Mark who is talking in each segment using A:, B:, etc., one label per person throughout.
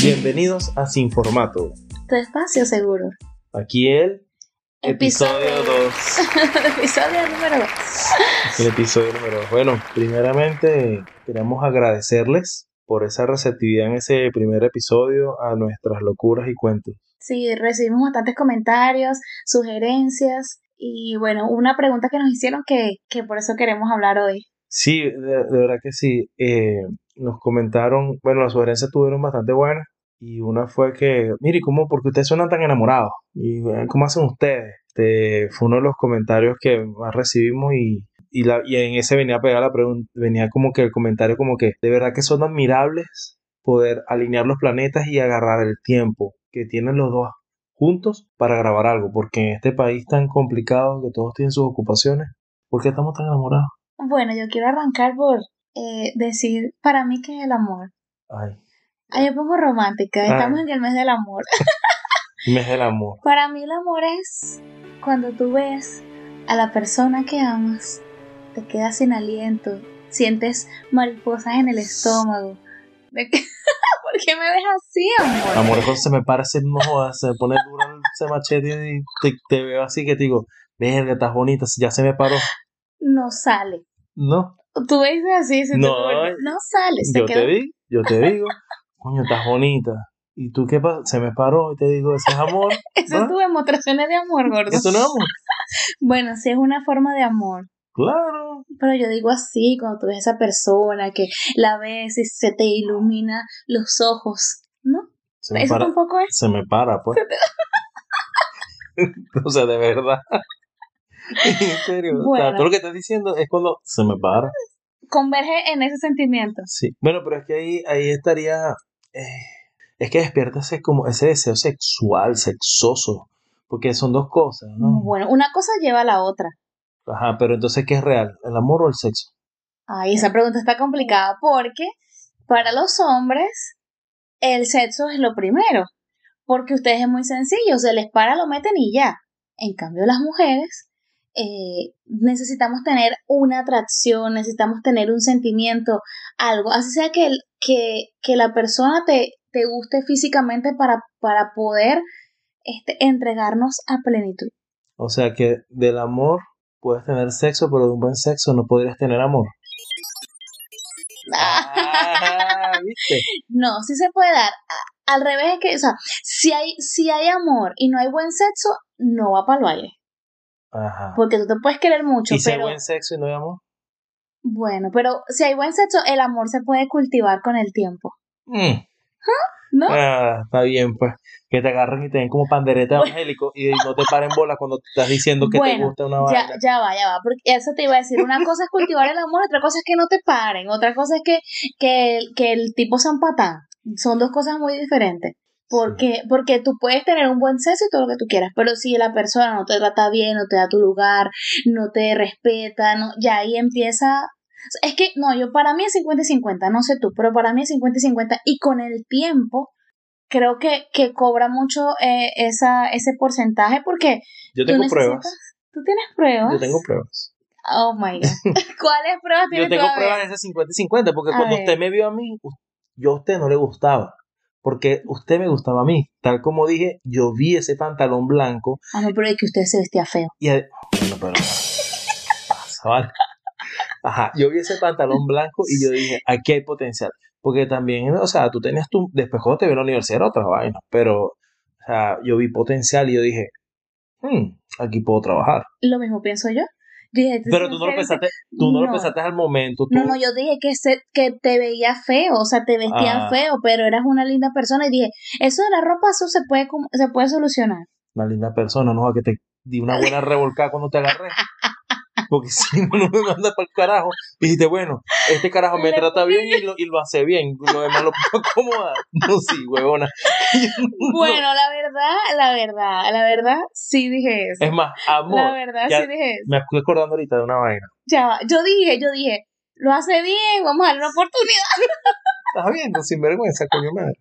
A: Bienvenidos a Sin Formato.
B: Tu espacio seguro.
A: Aquí el episodio 2.
B: Episodio número 2.
A: El episodio número dos. Bueno, primeramente queremos agradecerles por esa receptividad en ese primer episodio a nuestras locuras y cuentos.
B: Sí, recibimos bastantes comentarios, sugerencias y bueno, una pregunta que nos hicieron que, que por eso queremos hablar hoy.
A: Sí, de, de verdad que sí. eh, nos comentaron, bueno, las sugerencias tuvieron bastante buenas. Y una fue que, mire, ¿cómo? Porque ustedes suenan tan enamorados. ¿Y eh, cómo hacen ustedes? Este, fue uno de los comentarios que más recibimos y, y, la- y en ese venía pegada la pregunta, venía como que el comentario como que, de verdad que son admirables poder alinear los planetas y agarrar el tiempo que tienen los dos juntos para grabar algo. Porque en este país tan complicado que todos tienen sus ocupaciones, ¿por qué estamos tan enamorados?
B: Bueno, yo quiero arrancar por eh, decir para mí que es el amor.
A: Ay,
B: Ay, yo pongo romántica,
A: Ah.
B: estamos en el mes del amor.
A: mes del amor.
B: Para mí el amor es cuando tú ves a la persona que amas, te quedas sin aliento, sientes mariposas en el estómago. ¿De qué- ¿Por qué me ves así, amor?
A: Amor, cuando se me para ese no joda, se me pone duro ese machete y te, te veo así que te digo, verga, estás bonita, ya se me paró.
B: No sale.
A: No,
B: Tú ves así, si
A: No,
B: no sale. Se
A: yo
B: queda
A: te vi, yo te digo, coño, estás bonita. ¿Y tú qué pasa? Se me paró y te digo, ese es amor.
B: Esas
A: ¿no?
B: son tus demostraciones de amor, gordo.
A: Eso no es amor.
B: Bueno, sí es una forma de amor.
A: Claro.
B: Pero yo digo así, cuando tú ves a esa persona que la ves y se te ilumina los ojos, ¿no?
A: Se me,
B: Eso
A: para,
B: tampoco es.
A: se me para, pues. o sea, de verdad. en serio. o sea,
B: Bueno.
A: todo lo que estás diciendo es cuando se me para.
B: Converge en ese sentimiento.
A: Sí. Bueno, pero es que ahí, ahí estaría. eh, es que despierta ese, como ese deseo sexual, sexoso. Porque son dos cosas, ¿no?
B: Bueno, una cosa lleva a la otra.
A: Ajá, pero entonces, ¿qué es real? ¿El amor o el sexo?
B: Ay, esa pregunta está complicada porque para los hombres el sexo es lo primero, porque ustedes es muy sencillo, se les para, lo meten y ya. En cambio, las mujeres eh, necesitamos tener una atracción, necesitamos tener un sentimiento, algo, así sea que, el- que, que la persona te, te guste físicamente para, para poder este, entregarnos a plenitud.
A: O sea, que del amor puedes tener sexo, pero de un buen sexo no podrías tener amor. Ah, ¿viste?
B: No, sí se puede dar. A- Al revés es que, o sea, si hay, si hay amor y no hay buen sexo, no va para el baile.
A: Ajá.
B: Porque tú te puedes querer mucho,
A: ¿Y si hay
B: pero.
A: buen sexo y no hay amor?
B: Bueno, pero si hay buen sexo, el amor se puede cultivar con el tiempo.
A: Mm.
B: ¿No?
A: Ah, está bien, pues. Que te agarren y te den como pandereta
B: Bueno.
A: evangélico y no te paren bola cuando te estás diciendo que te
B: Bueno,
A: gusta una
B: Ya,
A: vaina.
B: ya va, ya va. Porque eso te iba a decir. Una cosa es cultivar el amor, otra cosa es que no te paren. Otra cosa es que, que, el- que el tipo sea un patán. Son dos cosas muy diferentes. Porque, porque tú puedes tener un buen sexo y todo lo que tú quieras, pero si la persona no te trata bien, no te da tu lugar, no te respeta, no, ya ahí empieza. Es que, no, yo para mí es 50 y 50, no sé tú, pero para mí es 50 y 50 y con el tiempo creo que, que cobra mucho eh, esa, ese porcentaje porque
A: Yo
B: tú
A: tengo
B: necesitas-
A: pruebas.
B: ¿Tú tienes pruebas?
A: Yo tengo pruebas.
B: Oh my god. ¿Cuáles pruebas
A: Yo
B: tienes
A: tengo
B: tú? A ver.
A: pruebas de ese 50 y 50, porque
B: A
A: cuando
B: ver.
A: usted me vio a mí, u- yo a usted no le gustaba. Porque usted me gustaba a mí. Tal como dije, yo vi ese pantalón blanco
B: Ah, no, pero es que usted se vestía feo.
A: y. ad- Bueno, pero. pasa, vale. Ajá, yo vi ese pantalón blanco y yo dije, aquí hay potencial. Porque también, o sea, tú tenías tu. Después cuando te vi en la universidad era otra vaina, pero. O sea, yo vi potencial y yo dije, "Hmm, aquí puedo trabajar.
B: Lo mismo pienso yo. Yo dije, "Este
A: Pero tú no lo
B: feo.
A: pensaste, tú no, lo
B: No.
A: pensaste al momento. Tú,
B: No, no, yo dije que, se, que te veía feo, o sea, te vestían
A: Ah.
B: feo, pero eras una linda persona y dije, eso de la ropa azul se puede, com- se puede solucionar.
A: una linda persona, no a que te di una buena revolcada cuando te agarré. Porque si no, no me manda para el carajo. Y dijiste, bueno, este carajo me
B: Le-
A: trata bien y lo, y lo hace bien. Lo demás lo puedo acomodar. No, sí, huevona.
B: Bueno, la verdad, la verdad, la verdad, sí dije eso.
A: Es más,
B: la
A: amor.
B: verdad,
A: ya-
B: sí dije eso.
A: Me estoy acordando ahorita de una vaina.
B: Ya va. Yo dije, yo dije, lo hace bien, vamos a darle una oportunidad.
A: Estás viendo, sin vergüenza, coño madre.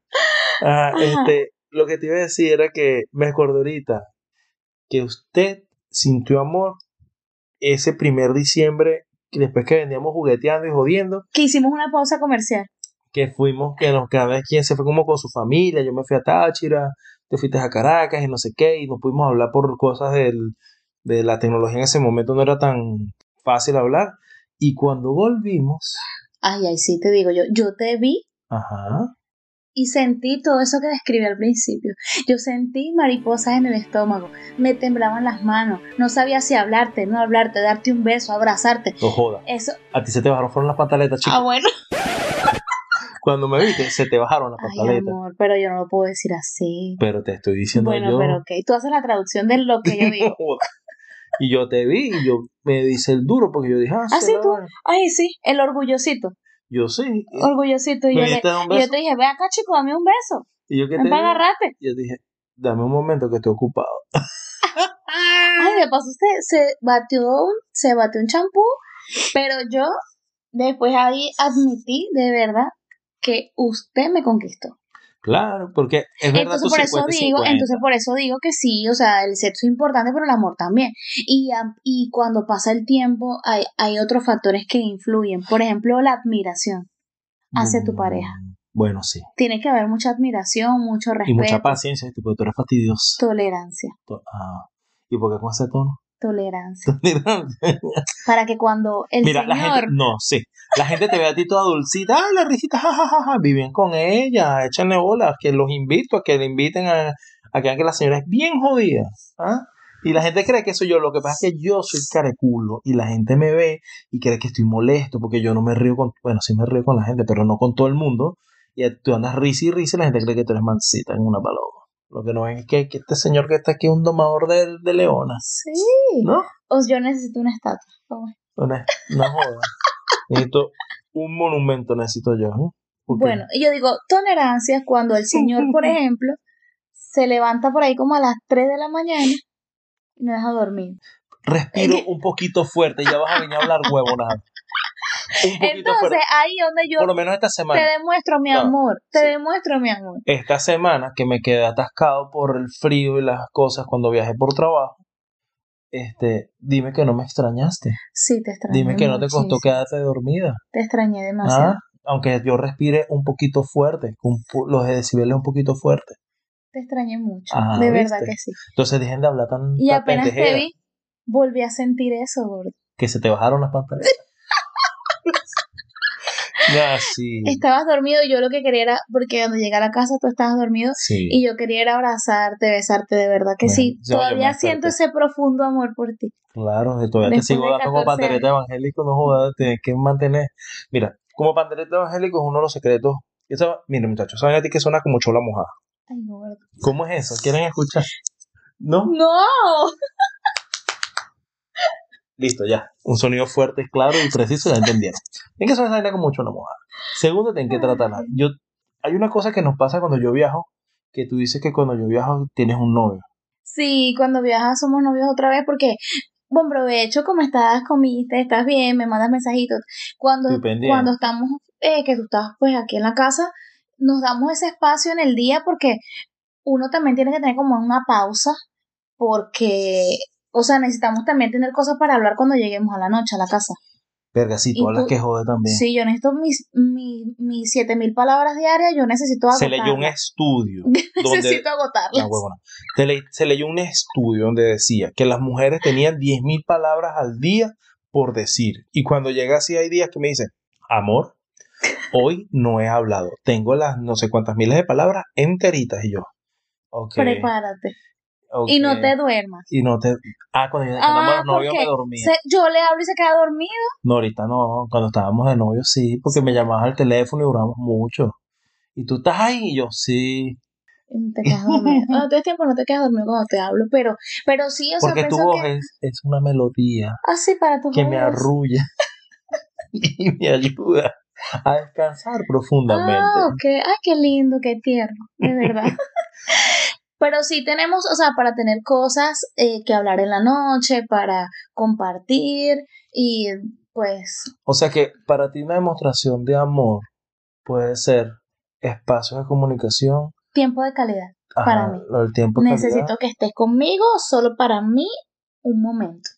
A: Ah,
B: Ajá.
A: este, lo que te iba a decir era que me acuerdo ahorita que usted sintió amor ese primer diciembre, que después que veníamos jugueteando y jodiendo,
B: Que hicimos una pausa comercial.
A: que fuimos, que nos cada vez quien se fue como con su familia, yo me fui a Táchira, tú fuiste a Caracas y no sé qué, y nos pudimos hablar por cosas del, de la tecnología en ese momento, no era tan fácil hablar. Y cuando volvimos...
B: Ay, ay, sí, te digo yo, yo te vi.
A: Ajá.
B: Y sentí todo eso que describí al principio. Yo sentí mariposas en el estómago, me temblaban las manos, no sabía si hablarte, no hablarte, darte un beso, abrazarte.
A: No joda.
B: Eso,
A: A ti se te bajaron fueron las pantaletas, chica.
B: ah, bueno.
A: Cuando me viste, se te bajaron las
B: Ay,
A: pantaletas.
B: amor, pero yo no lo puedo decir así.
A: Pero te estoy diciendo
B: bueno,
A: yo...
B: pero ok, tú haces la traducción de lo que yo digo.
A: y yo te vi y yo me dice el duro porque yo dije, ah,
B: Ah,
A: se
B: sí,
A: la
B: tú.
A: van.
B: Ay, sí, el orgullosito,
A: Yo sí.
B: orgullosito. Y Oh, yo,
A: Me
B: le-
A: diste un
B: y yo
A: beso.
B: te dije, ve acá, chico, dame un beso,
A: Y yo que te
B: ven para
A: vi,
B: agarrarte.
A: yo dije, dame un momento que estoy ocupado.
B: Ay, de paso, usted se batió, un- se batió un champú, pero yo después ahí admití de verdad que usted me conquistó.
A: Claro, porque es verdad
B: entonces por eso digo, entonces por eso digo que sí, o sea, el sexo es importante, pero el amor también. Y, a- y cuando pasa el tiempo, hay, hay otros factores que influyen. Por ejemplo, la admiración. hacia tu pareja.
A: Mm, Bueno, sí.
B: Tiene que haber mucha admiración, mucho respeto,
A: Y mucha paciencia, ¿viste? porque tú eres fastidioso.
B: tolerancia,
A: Ah, ¿Y por qué con ese tono?
B: tolerancia. Para que cuando el
A: Mira, la
B: señor
A: gente, no, sí. La gente te ve a ti toda dulcita, ah, la risita, jajaja, viven con ella, échenle bolas, que los invito a que le inviten a, a que vean que la señora es bien jodida. ¿ah? Y la gente cree que soy yo, lo que pasa es que yo soy careculo y la gente me ve y cree que estoy molesto porque yo no me río con, bueno, sí me río con la gente, pero no con todo el mundo. Y tú andas risa y risa y la gente cree que tú eres mansita en una paloma. Lo que no ven es que, que este señor que está aquí es un domador de, de leonas,
B: Sí.
A: ¿no?
B: O yo necesito una estatua.
A: Una, una joda. Necesito un monumento, necesito yo. ¿eh? ¿no? Porque-
B: Bueno, y yo digo tolerancia es cuando el señor, por ejemplo, se levanta por ahí como a las 3 de la mañana y no deja dormir.
A: Respiro un poquito fuerte y ya vas a venir a hablar huevonada. Un poquito
B: Entonces
A: fuerte.
B: ahí donde yo
A: Por lo menos esta
B: te
A: semana.
B: demuestro mi
A: No,
B: amor, te
A: sí.
B: demuestro mi amor.
A: Esta semana que me quedé atascado por el frío y las cosas cuando viajé por trabajo. Este, dime que no me extrañaste.
B: Sí, te extrañé.
A: Dime que no te costó
B: Ah, muchísimo.
A: quedarte dormida.
B: Te extrañé
A: ¿ah?
B: demasiado.
A: Aunque yo respire un poquito fuerte, un po- los decibeles un poquito fuerte.
B: Te extrañé mucho.
A: Ah,
B: de verdad
A: ¿viste?
B: que sí.
A: Entonces dejen de hablar tan
B: Y apenas te
A: pendejera.
B: vi, volví a sentir eso, gordo.
A: que se te bajaron las pantaletas. ya, sí.
B: Estabas dormido y yo lo que quería era, porque cuando llegué a la casa tú estabas dormido
A: sí.
B: y yo quería era abrazarte, besarte, de verdad que
A: Bueno,
B: sí.
A: yo- yo me
B: Todavía
A: desperté.
B: siento ese profundo amor por ti.
A: Claro, de todavía te
B: Después
A: sigo
B: de
A: dando como
B: 14
A: pandereta evangélico, no jodas, tienes que mantener. Mira, como pandereta evangélico es uno de los secretos. Eso, mira, muchachos, saben a ti que suena como chola mojada.
B: Ay, gordo.
A: ¿Cómo es eso? ¿Quieren escuchar? ¿No?
B: ¡No!
A: Listo, ya. Un sonido fuerte, claro y preciso, ya entendieron. Tienen que sonar esa vaina con mucho la mojada. Segundo, tienen que tratarla. Yo, hay una cosa que nos pasa cuando yo viajo, que tú dices que cuando yo viajo tienes un novio.
B: Sí, cuando viajas somos novios otra vez porque, buen provecho, ¿cómo estás? ¿Comiste? ¿Estás bien? Me mandas mensajitos. Cuando,
A: Estoy pendiente.
B: cuando estamos, eh, que tú estás pues aquí en la casa, nos damos ese espacio en el día porque uno también tiene que tener como una pausa porque, o sea, necesitamos también tener cosas para hablar cuando lleguemos a la noche a la casa.
A: Verga, sí, tú
B: Y
A: hablas
B: tú-
A: que jode también.
B: Sí, yo necesito mis, mis, mis 7000 palabras diarias, yo necesito
A: se leyó un
B: agotarlas.
A: estudio donde
B: Necesito agotarlas.
A: No, huevona. Se le- se leyó un estudio donde decía que las mujeres tenían 10.000 palabras al día por decir. Y cuando llega así hay días que me dicen, amor, hoy no he hablado. Tengo las no sé cuántas miles de palabras enteritas. Y yo, ok.
B: Prepárate.
A: ok.
B: Y no te duermas.
A: Y no te... Ah, cuando yo cuando
B: Ah,
A: éramos novios
B: porque
A: me dormía.
B: se- yo le hablo y se queda dormido.
A: No, ahorita no. Cuando estábamos de novios sí, porque me llamabas al teléfono y duramos mucho. Y tú estás ahí y yo, sí.
B: Y Te quedas dormido. No te tiempo, no te quedas dormido cuando te hablo, pero, pero sí, o sea,
A: Porque tu
B: pienso
A: voz
B: que
A: es, es una melodía
B: así para tus
A: que me
B: oídos.
A: arrulla y me ayuda a descansar profundamente.
B: Ah, ok. Ay, qué lindo, qué tierno, de verdad. Pero sí tenemos, o sea, para tener cosas eh, que hablar en la noche, para compartir y pues
A: O sea que para ti una demostración de amor puede ser espacios de comunicación.
B: tiempo de calidad.
A: ajá,
B: Para mí.
A: Lo del tiempo de calidad.
B: Necesito que estés conmigo solo para mí un momento.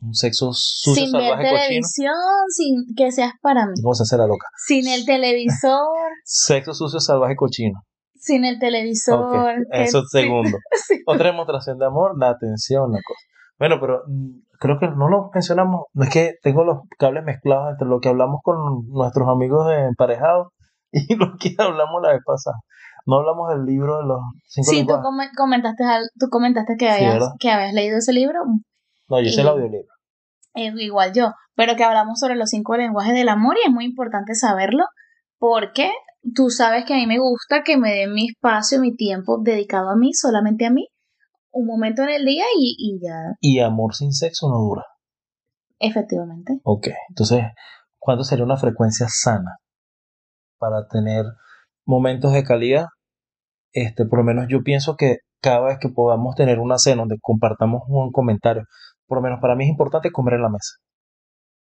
A: Un sexo sucio,
B: sin ver
A: salvaje, cochino.
B: televisión, sin que seas para mí.
A: Vamos a hacer la loca.
B: Sin el televisor,
A: Sexo sucio, salvaje, cochino.
B: sin el televisor.
A: Ok,
B: que-
A: Eso es
B: sí,
A: segundo.
B: sí.
A: Otra demostración de amor, la atención, la cosa. Bueno, pero mm, creo que no lo mencionamos. No es que tengo los cables mezclados entre lo que hablamos con nuestros amigos de emparejados y lo que hablamos la vez pasada. No hablamos del libro de los cinco
B: Sí, tú
A: lenguajes.
B: come- comentaste, al- tú comentaste que,
A: Sí,
B: habías,
A: ¿verdad?
B: que habías leído ese libro,
A: No, yo hice el
B: y-
A: audiolibro.
B: eh, igual yo, pero que hablamos sobre los cinco lenguajes del amor y es muy importante saberlo porque tú sabes que a mí me gusta que me den mi espacio, mi tiempo dedicado a mí, solamente a mí, un momento en el día y, y ya,
A: Y amor sin sexo no dura.
B: efectivamente.
A: Ok, entonces, ¿cuánto sería una frecuencia sana para tener momentos de calidad? Este, por lo menos yo pienso que cada vez que podamos tener una cena donde compartamos un comentario, por lo menos para mí es importante comer en la mesa,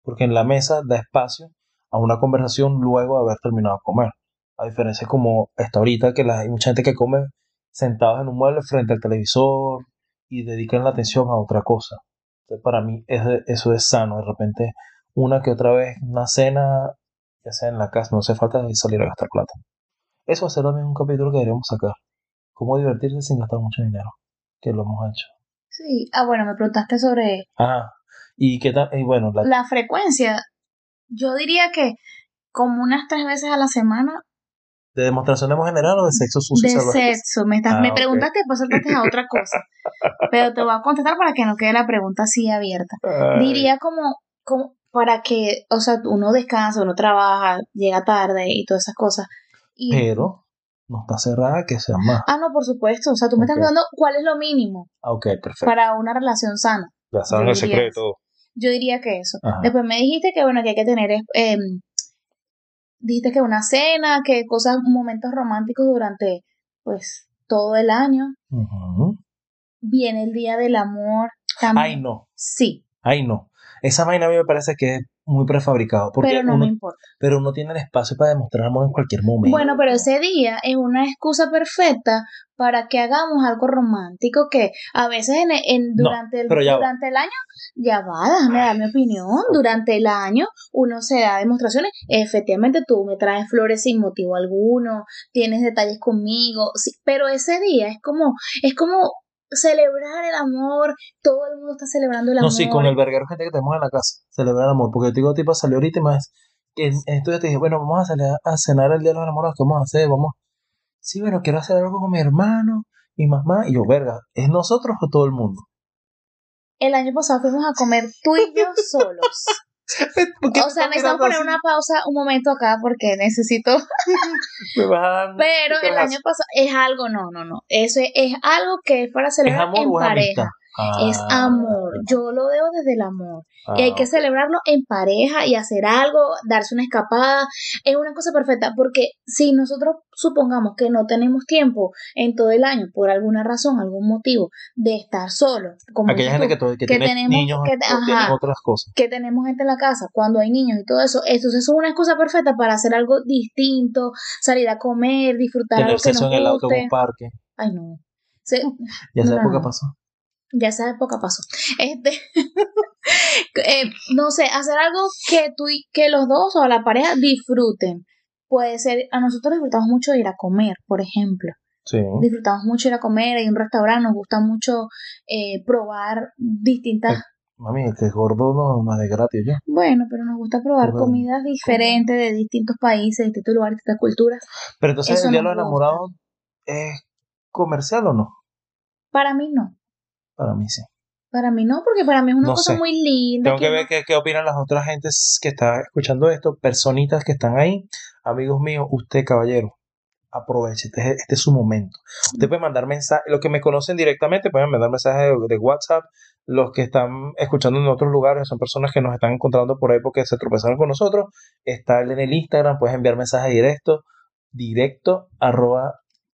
A: porque en la mesa da espacio a una conversación luego de haber terminado de comer. A diferencia como está ahorita, que la- hay mucha gente que come sentados en un mueble frente al televisor y dedican la atención a otra cosa. Entonces, para mí es- eso es sano. De repente, una que otra vez, una cena, ya sea en la casa, no hace falta salir a gastar plata. Eso va a ser también un capítulo que deberíamos sacar. Cómo divertirse sin gastar mucho dinero, que lo hemos hecho.
B: Sí, ah, bueno, me preguntaste sobre
A: Ah, y qué tal, y bueno, la-
B: la frecuencia. Yo diría que como unas tres veces a la semana
A: de demostración de amor general o de sexo sucio y
B: de
A: salvaje?
B: sexo. Me, estás,
A: Ah,
B: me
A: ok.
B: preguntaste, después saltaste a otra cosa. Pero te voy a contestar para que no quede la pregunta así abierta.
A: Ay,
B: Diría como, como para que, o sea, uno descansa, uno trabaja, llega tarde y todas esas cosas. Y,
A: Pero no está cerrada que sea más.
B: ah, no, por supuesto. O sea, tú me estás
A: Ok.
B: preguntando cuál es lo mínimo
A: Ah, ok, perfecto.
B: para una relación sana.
A: Ya saben
B: yo
A: el
B: diría
A: secreto.
B: Yo diría que eso.
A: Ajá.
B: Después me dijiste que, bueno, que hay que tener, es- em, dijiste que una cena, que cosas, momentos románticos durante, pues, todo el año.
A: Ujú.
B: Viene el Día del Amor también.
A: Ay, no,
B: Sí,
A: ay, no. Esa vaina a mí me parece que es muy prefabricado, porque
B: pero no
A: uno
B: me importa.
A: pero uno tiene el espacio para demostrar amor en cualquier momento.
B: Bueno, pero ese día es una excusa perfecta para que hagamos algo romántico que a veces en, en-
A: No,
B: durante, el,
A: pero ya va.
B: durante el año, ya va, déjame dar mi opinión, durante el año uno se da demostraciones, efectivamente tú me traes flores sin motivo alguno, tienes detalles conmigo, sí, pero ese día es como, es como celebrar el amor, todo el mundo está celebrando el
A: no,
B: amor.
A: sí, con el verguero gente que tenemos en la casa, celebrar el amor, porque yo te digo, tipo, salió ahorita y más, que en- entonces te dije, bueno, vamos a salir a, a cenar el día de los enamorados, ¿qué vamos a hacer? Vamos, sí, bueno, quiero hacer algo con mi hermano, mi mamá, y yo, verga, ¿es nosotros o todo el mundo?
B: El año pasado fuimos a comer tú y yo solos.
A: ¿Por qué
B: O
A: me
B: sea,
A: estás mirando
B: necesitamos poner
A: así?
B: una pausa un momento acá porque necesito.
A: Me vas a dar-
B: Pero
A: ¿qué
B: el
A: vas a
B: año pasado es algo, no, no, no. Eso es, es algo que es para
A: hacer? ¿Es
B: celebrar
A: amor
B: en
A: o es amistad?
B: pareja. Es
A: Ah,
B: amor. Yo lo veo desde el amor. y hay
A: ah,
B: que celebrarlo en pareja y hacer algo, darse una escapada. Es una cosa perfecta porque si nosotros supongamos que no tenemos tiempo en todo el año por alguna razón, algún motivo de estar solos, como
A: Aquella
B: dices
A: gente
B: tú,
A: que, to- que
B: que
A: tiene
B: tenemos-
A: niños
B: que te-
A: o tiene
B: ajá.
A: otras cosas.
B: que tenemos gente en la casa, cuando hay niños y todo eso, entonces eso es una excusa perfecta para hacer algo distinto, salir a comer, disfrutar
A: Tener
B: algo que
A: sexo
B: nos
A: en el auto en un
B: guste.
A: parque.
B: Ay, no. Se-
A: Ya
B: No,
A: esa
B: no,
A: época
B: no.
A: pasó.
B: ya esa época pasó. Este, eh, no sé, hacer algo que tú y que los dos o la pareja disfruten. Puede ser, a nosotros disfrutamos mucho de ir a comer, por ejemplo.
A: Sí.
B: Disfrutamos mucho ir a comer, hay un restaurante, nos gusta mucho eh, probar distintas
A: Mami, el que es gordo no, no es de gratis ya.
B: Bueno, pero nos gusta probar
A: Pero-
B: comidas diferentes de distintos países, de distintos lugares, distintas culturas.
A: Pero entonces
B: Eso
A: el día de
B: nos
A: los
B: gusta.
A: enamorados es comercial o no?
B: Para mí no.
A: Para mí sí.
B: Para mí no, porque para mí es una
A: No
B: cosa
A: sé.
B: muy linda.
A: Tengo que ver
B: uno-
A: qué, qué opinan las otras gentes que están escuchando esto, personitas que están ahí. Amigos míos, usted caballero, aproveche, este, es- este es su momento.
B: Mm.
A: Usted puede mandar mensajes, los que me conocen directamente pueden mandar mensajes de, de WhatsApp, los que están escuchando en otros lugares, son personas que nos están encontrando por ahí porque se tropezaron con nosotros, está en el Instagram, puedes enviar mensajes directos, directo, arroba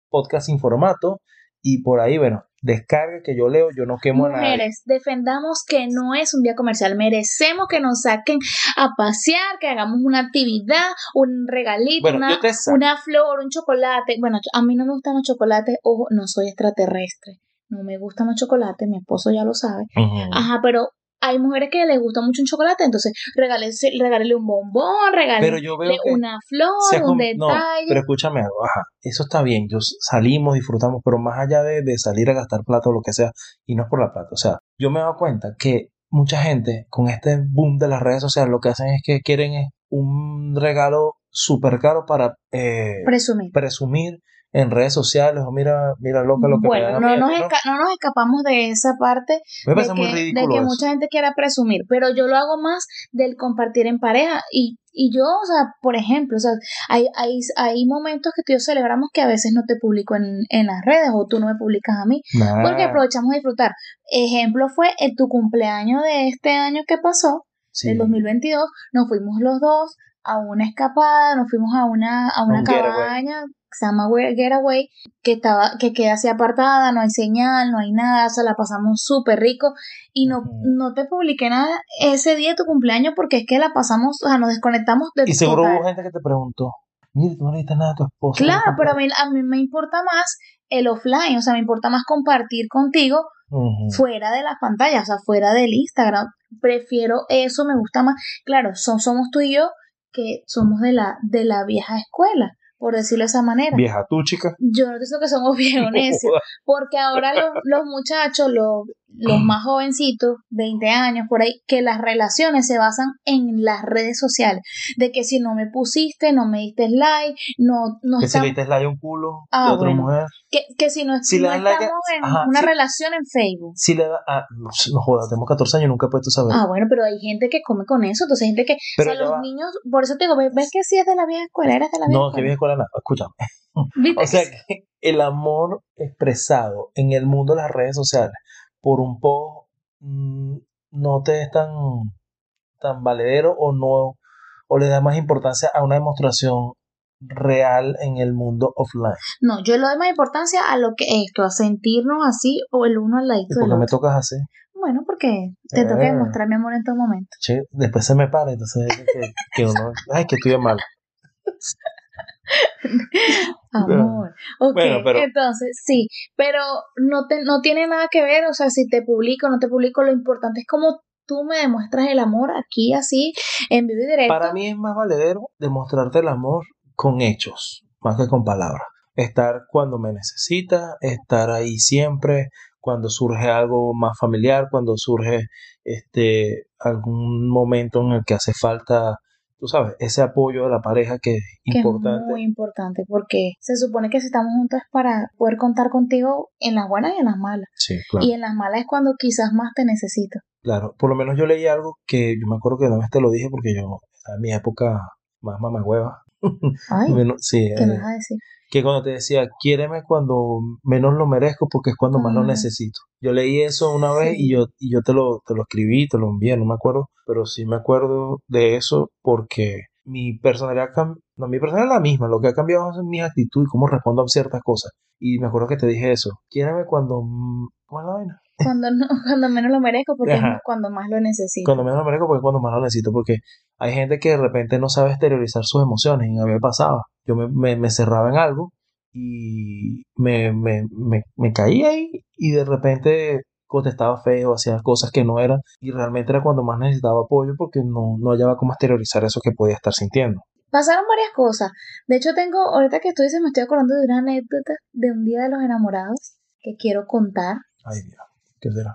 A: podcast sin formato, y por ahí, bueno, descarga que yo leo, yo no quemo a nadie.
B: Mujeres, defendamos que no es un día comercial. Merecemos que nos saquen a pasear, que hagamos una actividad, un regalito,
A: Bueno,
B: una,
A: yo te saco.
B: una flor, un chocolate. Bueno, a mí no me gustan los chocolates. Ojo, no soy extraterrestre. No me gustan los chocolates. Mi esposo ya lo sabe.
A: Ujú.
B: Ajá, pero hay mujeres que les gusta mucho un chocolate, entonces regálese- regálele un bombón,
A: Pero
B: regálele
A: yo veo que
B: una flor,
A: se ha
B: un
A: com- no,
B: detalle.
A: pero escúchame algo, ajá, eso está bien, yo s- salimos, disfrutamos, pero más allá de, de salir a gastar plata o lo que sea, y no es por la plata, o sea, yo me he dado cuenta que mucha gente con este boom de las redes sociales lo que hacen es que quieren es un regalo súper caro para eh,
B: Presumir.
A: presumir en redes sociales o mira, mira loca lo que me dan
B: Bueno,
A: a
B: no
A: mí,
B: nos,
A: ¿no?
B: esca- no nos escapamos de esa parte
A: Me
B: de
A: parece
B: que,
A: muy
B: de
A: ridículo
B: que
A: eso.
B: mucha gente quiera presumir, pero yo lo hago más del compartir en pareja y, y yo, o sea, por ejemplo, o sea, hay, hay, hay momentos que tú y yo celebramos que a veces no te publico en, en las redes o tú no me publicas a mí,
A: Nah,
B: porque aprovechamos de disfrutar. Ejemplo fue en tu cumpleaños de este año que pasó,
A: sí,
B: del 2022, nos fuimos los dos a una escapada, nos fuimos a una, a una
A: un getaway.
B: cabaña que se llama Where- Getaway, que estaba, que queda así apartada, no hay señal, no hay nada, se la pasamos súper rico, y no,
A: Ujú.
B: no te publiqué nada ese día de tu cumpleaños porque es que la pasamos, o sea, nos desconectamos de
A: Y seguro
B: total.
A: hubo gente que te preguntó, mire, tú no le diste nada a tu esposa.
B: Claro, pero a mí, a mí me importa más el offline, o sea, me importa más compartir contigo
A: Ujú.
B: fuera de las pantallas, o sea, fuera del Instagram. Prefiero eso, me gusta más. Claro, son, somos tú y yo que somos de la, de la vieja escuela, por decirlo de esa manera.
A: Vieja tú, chica.
B: Yo no pienso que somos viejos necios, porque ahora los, los muchachos, los,
A: Mm.
B: los más jovencitos, 20 años por ahí, que las relaciones se basan en las redes sociales, de que si no me pusiste, no me diste like, no, no
A: Que si le
B: estamos,
A: diste like a un culo
B: Ah,
A: de otra
B: bueno.
A: mujer.
B: que, que si no,
A: Si le
B: no
A: das like a-
B: estamos en
A: ajá,
B: una
A: sí.
B: relación en Facebook.
A: Si le da. Ah, no, no joda, tenemos 14 años, nunca he puesto saber.
B: Ah, bueno, pero hay gente que come con eso, entonces hay gente que,
A: Pero
B: o sea,
A: ya
B: los
A: va.
B: niños, por eso te digo, ves, ves que sí es de la vieja escuela, eres de la vieja
A: No, que
B: escuela.
A: vieja escuela nada. Escúchame.
B: ¿Viste
A: O
B: que
A: sea
B: sí?
A: que el amor expresado en el mundo de las redes sociales por un poco no te es tan, tan valedero o no. O le da más importancia a una demostración real en el mundo offline.
B: No, yo le doy más importancia a lo que esto, a sentirnos así o el uno al lado
A: ¿Y
B: del
A: por qué me
B: otro.
A: tocas así?
B: Bueno, porque te toca
A: Eh.
B: demostrar mi amor en todo momento.
A: Che, después se me para, entonces que, que uno, ay, que estoy mal.
B: Amor. Ok,
A: Bueno, pero-
B: entonces sí, pero no, te, no tiene nada que ver, o sea, si te publico o no te publico, lo importante es cómo tú me demuestras el amor aquí, así, en vivo y directo.
A: Para mí es más valedero demostrarte el amor con hechos, más que con palabras. Estar cuando me necesitas, estar ahí siempre, cuando surge algo más familiar, cuando surge este algún momento en el que hace falta, tú sabes, ese apoyo de la pareja que es
B: que es
A: importante.
B: muy importante porque se supone que si estamos juntos es para poder contar contigo en las buenas y en las malas.
A: Sí, claro.
B: Y en las malas es cuando quizás más te necesito.
A: Claro, por lo menos yo leí algo que yo me acuerdo que una vez te lo dije porque yo estaba en mi época más mamagüeva.
B: Ay,
A: Menos- sí,
B: ¿qué me
A: eh,
B: vas a decir?
A: que cuando te decía, quiéreme cuando menos lo merezco porque es cuando más lo
B: Cuando-
A: necesito. Yo leí eso una vez
B: Sí.
A: y yo, y yo te lo, te lo escribí, te lo envié, no me acuerdo, pero sí me acuerdo de eso porque mi personalidad, cam- no, mi personalidad es la misma, lo que ha cambiado es mi actitud y cómo respondo a ciertas cosas. Y me acuerdo que te dije eso, quiéreme cuando... mm, ¿Cómo es la vaina?
B: Cuando, no, cuando menos lo merezco porque es
A: Ajá.
B: más cuando más lo necesito.
A: Cuando menos lo merezco porque es cuando más lo necesito, porque hay gente que de repente no sabe exteriorizar sus emociones y a mí me pasaba. Yo me, me- me cerraba en algo y me, me, me, me caía ahí y de repente contestaba feo, hacía cosas que no eran y realmente era cuando más necesitaba apoyo porque no, no hallaba cómo exteriorizar eso que podía estar sintiendo.
B: Pasaron varias cosas. De hecho, tengo, ahorita que estoy, se me estoy acordando de una anécdota de un día de los enamorados que quiero contar.
A: Ay, Dios, ¿qué será?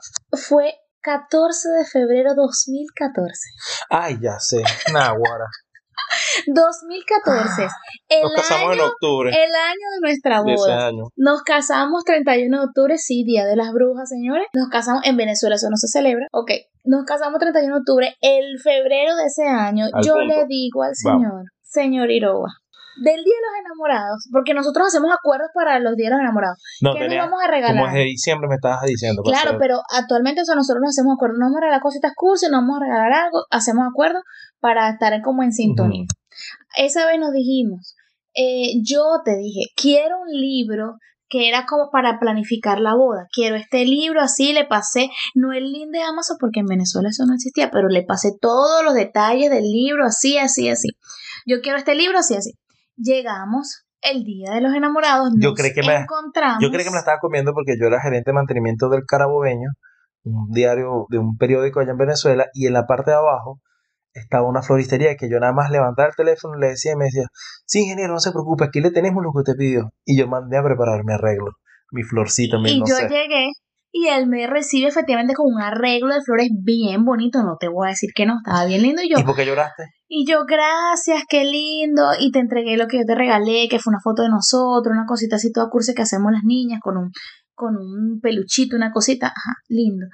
B: Fue 14 de febrero 2014.
A: Ay, ya sé, Naguara.
B: 2014. El
A: Ah, Nos casamos en
B: año
A: octubre
B: El año de nuestra
A: de ese
B: boda.
A: año.
B: Nos casamos 31 de octubre, sí, Día de las Brujas, señores. Nos casamos en Venezuela, eso no se celebra. Ok, nos casamos 31 de octubre, el febrero de ese año.
A: Al
B: yo
A: punto.
B: le digo al
A: Vamos.
B: señor, señor Iroba, del Día de los Enamorados, porque nosotros hacemos acuerdos para los Días de los Enamorados.
A: No,
B: ¿Qué nos
A: tenías,
B: vamos a
A: como es de
B: regalar?
A: diciembre me estabas diciendo. pues,
B: Claro,
A: eh,
B: pero actualmente o sea, nosotros nos hacemos acuerdos, nos vamos a regalar cositas cursi, nos vamos a regalar algo, hacemos acuerdos para estar como en sintonía.
A: ujú.
B: Esa vez nos dijimos, eh, yo te dije, quiero un libro que era como para planificar la boda. Quiero este libro, así le pasé, no el link de Amazon, porque en Venezuela eso no existía, pero le pasé todos los detalles del libro, así, así, así. Yo quiero este libro, así, así. Llegamos el día de los enamorados,
A: Yo
B: nos
A: creí que me-
B: encontramos.
A: Yo creí que me la estaba comiendo porque yo era gerente de mantenimiento del carabobeño un diario de un periódico allá en Venezuela y en la parte de abajo estaba una floristería que yo nada más levantaba el teléfono, le decía y me decía, sí, ingeniero, no se preocupe, aquí le tenemos lo que usted pidió. Y yo mandé a preparar mi arreglo, mi florcita, mi
B: Y
A: no
B: yo
A: sé.
B: llegué y él me recibe efectivamente con un arreglo de flores bien bonito. No te voy a decir que no, estaba bien lindo. Y yo,
A: ¿Y por qué lloraste?
B: y yo gracias, qué lindo. Y te entregué lo que yo te regalé, que fue una foto de nosotros, una cosita así toda cursi que hacemos las niñas con un con un peluchito, una cosita, ajá, lindo.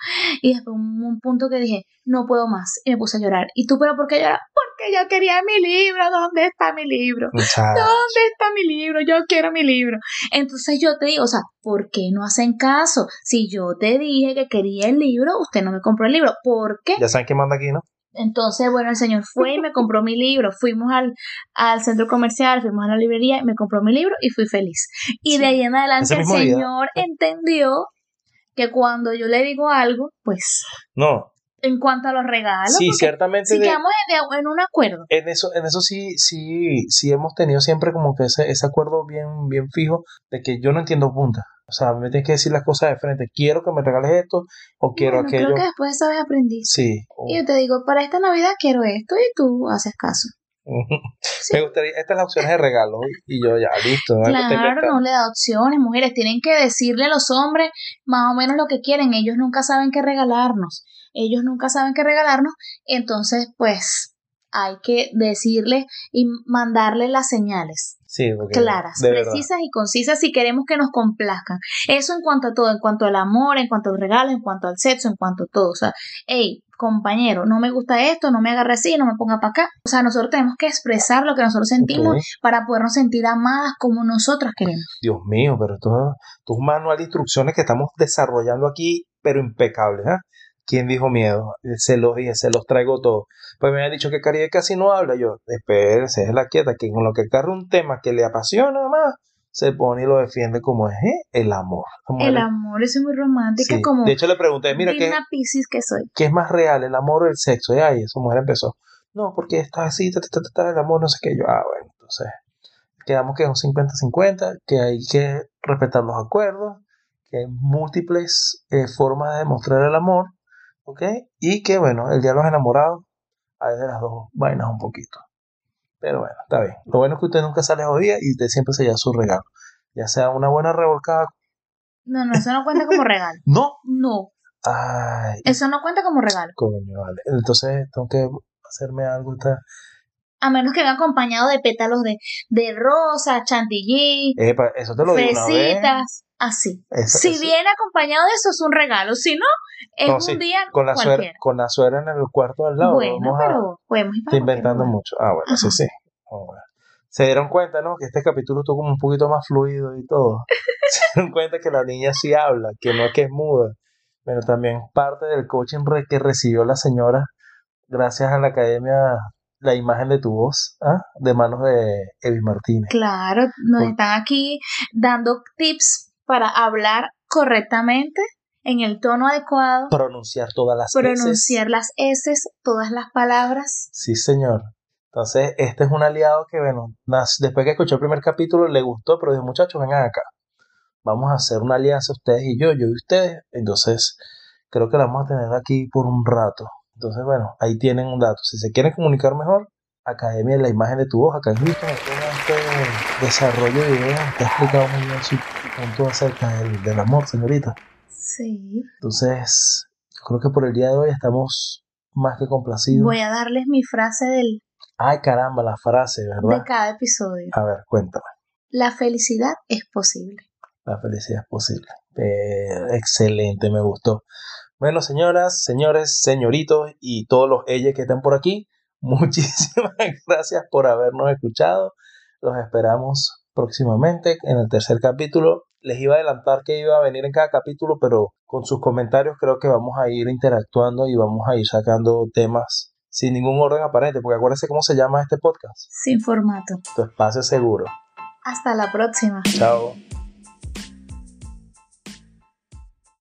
B: Y después un, un punto que dije, no puedo más, y me puse a llorar. ¿Y tú, pero por qué lloras? Porque yo quería mi libro, ¿dónde está mi libro?
A: Muchacho.
B: ¿Dónde está mi libro? Yo quiero mi libro. Entonces yo te digo, o sea, ¿por qué no hacen caso? Si yo te dije que quería el libro, usted no me compró el libro. ¿Por qué?
A: Ya saben quién manda aquí, ¿no?
B: Entonces, bueno, el señor fue y me compró mi libro. Fuimos al, al centro comercial, fuimos a la librería, y me compró mi libro y fui feliz. Y de ahí en adelante
A: Ese
B: el
A: mismo día.
B: señor entendió que cuando yo le digo algo, pues,
A: No,
B: en cuanto a los regalos,
A: sí,
B: porque
A: ciertamente
B: si
A: de-
B: quedamos en, en un acuerdo.
A: en eso, en eso sí, sí, sí hemos tenido siempre como que ese, ese acuerdo bien, bien fijo de que yo no entiendo punta. O sea, me tienes que decir las cosas de frente. Quiero que me regales esto o quiero
B: Bueno,
A: aquello.
B: creo que después de esa vez aprendí.
A: Sí.
B: Y yo te digo, para esta Navidad quiero esto y tú haces caso. Sí.
A: Me gustaría, estas las opciones de regalo. Y yo ya, listo. ¿no? Te
B: Claro,
A: inventa-
B: no le da opciones, mujeres. Tienen que decirle a los hombres más o menos lo que quieren. Ellos nunca saben qué regalarnos. Ellos nunca saben qué regalarnos. Entonces, pues, hay que decirles y mandarles las señales
A: Sí, porque
B: claras,
A: de verdad.
B: precisas y concisas si queremos que nos complazcan. Eso en cuanto a todo, en cuanto al amor, en cuanto al regalo, en cuanto al sexo, en cuanto a todo. O sea, hey, compañero, no me gusta esto, no me agarre así, no me ponga para acá. O sea, nosotros tenemos que expresar lo que nosotros sentimos
A: Ok.
B: para podernos sentir amadas como nosotras queremos.
A: Dios mío, pero esto esto es un manual de instrucciones que estamos desarrollando aquí, pero impecable, ¿ah? ¿Quién dijo miedo? Eh, Se los dije, se los traigo todos. Pues me han dicho que Caribe casi no habla. Yo, espérense, es la quieta, que con lo que agarra un tema que le apasiona más, se pone y lo defiende como es ¿eh? el amor. La mujer-
B: El amor es muy romántica
A: sí.
B: como
A: De hecho, le pregunté, mira, ¿qué,
B: digna piscis que soy.
A: qué es más real, el amor o el sexo? Y ahí esa mujer empezó, no, porque está así, ta, ta, ta, ta, ta, el amor, no sé qué. Yo, ah, bueno, entonces quedamos que es un 50-50, que hay que respetar los acuerdos, que hay múltiples eh, formas de demostrar el amor, ¿ok? Y que, bueno, el día de los enamorados hay de las dos vainas un poquito. Pero bueno, está bien. Lo bueno es que usted nunca sale jodida y usted siempre se lleva su regalo. Ya sea una buena revolcada.
B: No, no, eso no cuenta como regalo.
A: ¡No!
B: No,
A: ¡Ay!
B: eso no cuenta como regalo.
A: Coño, vale. Entonces tengo que hacerme algo. Esta...
B: A menos que venga acompañado de pétalos de, de rosa, chantilly,
A: Epa, eso te lo digo una vez.
B: fresitas, así.
A: Eso-
B: Si
A: eso-
B: viene acompañado de eso es un regalo, si no, es
A: No,
B: un
A: sí,
B: día
A: Con la, suegra,
B: cualquiera.
A: con la suegra en el cuarto al lado.
B: Bueno,
A: vamos a-
B: pero podemos ir para
A: Está inventando
B: cualquier lugar.
A: mucho. Ah, bueno, sí,
B: Ajá.
A: sí. Ah, bueno. Se dieron cuenta, ¿no? Que este capítulo estuvo como un poquito más fluido y todo. Se dieron cuenta que la niña sí habla, que no es que es muda. Pero también parte del coaching re- que recibió la señora, gracias a la academia, la imagen de tu voz, ¿ah? de manos de Evis Martínez.
B: Claro, nos
A: Por-
B: están aquí dando tips para hablar correctamente en el tono adecuado,
A: Pronunciar todas las veces.
B: pronunciar las S, todas las palabras.
A: Sí, señor. Entonces, este es un aliado que, bueno, nas- después que escuchó el primer capítulo le gustó, pero dijo, muchachos, vengan acá. Vamos a hacer una alianza ustedes y yo, yo y ustedes. Entonces, creo que la vamos a tener aquí por un rato. Entonces, bueno, ahí tienen un dato. Si se quieren comunicar mejor, Academia de la Imagen de tu Voz, acá en Houston, aquí en este desarrollo de ideas, está explicado muy bien su punto acerca del, del amor, señorita.
B: Sí.
A: Entonces, yo creo que por el día de hoy estamos más que complacidos.
B: Voy a darles mi frase del,
A: Ay, caramba, la frase,
B: de
A: ¿verdad?
B: cada episodio.
A: A ver, cuéntame.
B: La felicidad es posible.
A: La felicidad es posible. Eh, excelente, me gustó. Bueno, señoras, señores, señoritos y todos los ellos que están por aquí, muchísimas gracias por habernos escuchado. Los esperamos próximamente en el tercer capítulo. Les iba a adelantar que iba a venir en cada capítulo, pero con sus comentarios creo que vamos a ir interactuando y vamos a ir sacando temas sin ningún orden aparente, porque acuérdense cómo se llama este podcast.
B: Sin formato.
A: Tu espacio seguro.
B: Hasta la próxima.
A: Chao.